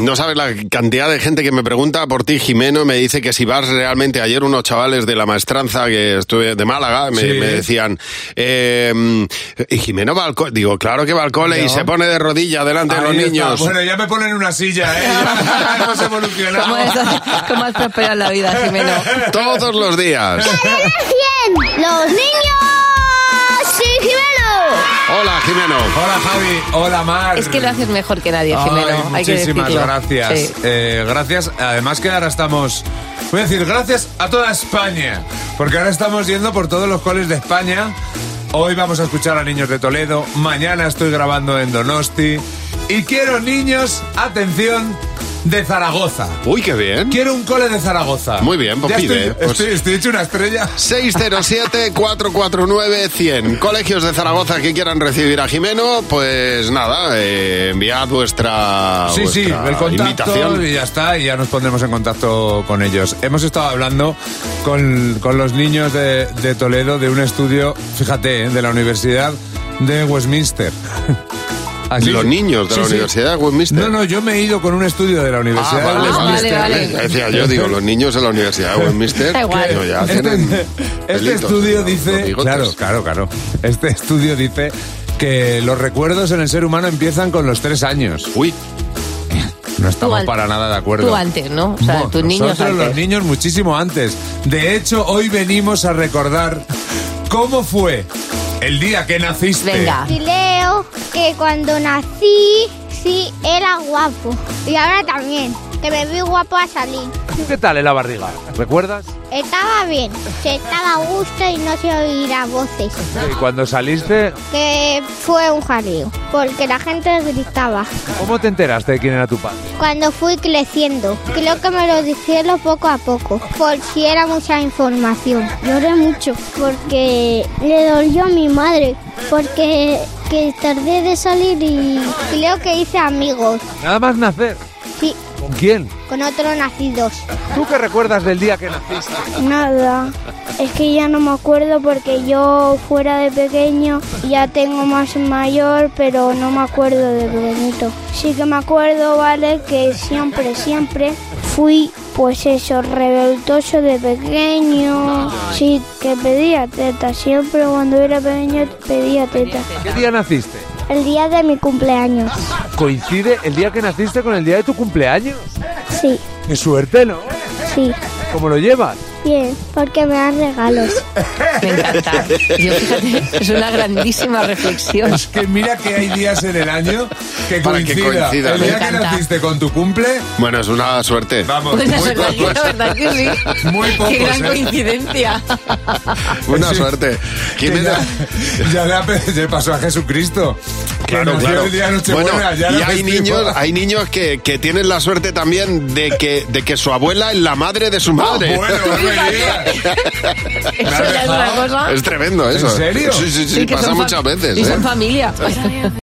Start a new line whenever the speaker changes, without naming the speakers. No sabes la cantidad de gente que me pregunta por ti, Jimeno. Me dice que si vas realmente. Ayer unos chavales de la maestranza que estuve de Málaga me,
Sí.
me decían: eh, ¿Y Jimeno va al co-?". Digo, claro que va al cole y se pone de rodillas delante de los
Ahí está.
niños.
Bueno, ya me ponen en una silla, ¿eh? Ya hemos evolucionado.
¿Cómo, has- cómo has prosperado en la vida, Jimeno?
Todos los días.
¡Los niños! ¡Sí,
Hola, Jimeno.
Hola, Javi. Hola, Mar.
Es que lo haces mejor que nadie,
Ay,
Jimeno. Hay que
muchísimas
decirlo.
gracias.
Sí.
Eh, gracias. Además que ahora estamos... Voy a decir gracias a toda España. Porque ahora estamos yendo por todos los coles de España. Hoy vamos a escuchar a Niños de Toledo. Mañana estoy grabando en Donosti. Y quiero niños, atención, de Zaragoza.
Uy, qué bien.
Quiero un cole de Zaragoza.
Muy bien, pues
Ya estoy-
pide, pues-
estoy- estoy hecho una estrella.
607-449-100. Colegios de Zaragoza que quieran recibir a Jimeno, pues nada, eh, enviad vuestra,
Sí, sí,
vuestra
el contacto
invitación.
y ya está, y ya nos pondremos en contacto con ellos. Hemos estado hablando con, con los niños de, de Toledo de un estudio, fíjate, eh, de la Universidad de Westminster. Así
Los
que-
niños de la Universidad de Westminster.
No, no, yo me he ido con un estudio de la Universidad
Ah,
de
vale,
Ah,
Westminster.
vale, vale.
Decía yo, digo, los niños en la Universidad de Westminster.
Da igual.
coño, ya tienen
Este, este
pelitos,
estudio
¿no?
dice,
Bigotes.
claro, claro, claro. Este estudio dice que los recuerdos en el ser humano empiezan con los tres años.
Uy,
No
Tú
estamos
an-
para nada de acuerdo.
Tú antes, ¿no? O sea,
Bueno,
tus niños
nosotros
antes.
los niños muchísimo antes. De hecho, hoy venimos a recordar cómo fue el día que naciste.
Venga.
Y leo que cuando nací, sí, era guapo. Y ahora también, que me vi guapo a salir.
¿Qué tal en la barriga? ¿Recuerdas?
Estaba bien, se estaba a gusto y no se oía voces.
Y cuando saliste,
Que fue un jaleo, porque la gente gritaba.
¿cómo te enteraste de quién era tu padre?
Cuando fui creciendo, creo que me lo dijeron poco a poco, por si era mucha información. Lloré mucho porque le dolió a mi madre, porque que tardé de salir y creo que hice amigos,
Nada más nacer.
sí,
¿Con quién?
con otros nacidos.
¿Tú qué recuerdas del día que naciste?
Nada, es que ya no me acuerdo porque yo fuera de pequeño ya tengo más mayor, pero no me acuerdo de pequeñito. Sí que me acuerdo, vale, que siempre, siempre fui, pues eso, revoltoso de pequeño. Sí, que pedía teta, siempre cuando era pequeño pedía teta.
¿Qué día naciste?
El día de mi cumpleaños,
¿Coincide el día que naciste con el día de tu cumpleaños?
sí,
¡Qué suerte, ¿no?
sí.
¿Cómo lo llevas?
Bien, porque me dan regalos.
Me encanta. Yo, fíjate, es una grandísima reflexión.
Es que mira que hay días en el año que
Para que
coincida.
coincida,
el
¿no?
día
Me
que
encanta.
naciste con tu cumple,
bueno, es una suerte.
vamos.
Pues la
muy
verdad,
pocos.
la verdad que sí.
Muy
Qué
pocos,
gran
¿eh?
coincidencia.
Una
Sí.
suerte.
Que
Jimeno-
ya, ya le, ha- le pasó a Jesucristo. Que
Claro,
nació
claro.
el día de Nochebuena,
Bueno,
ya
y
la
hay
festejó.
niños, hay niños que, que tienen la suerte también de que, de que su abuela es la madre de su madre.
Ah, Bueno, no me digas.
Eso ya es una cosa.
Es tremendo eso.
¿En serio?
Sí, sí, sí,
Sí, que
pasa
son fa-
muchas veces.
Y
¿eh?
son familia.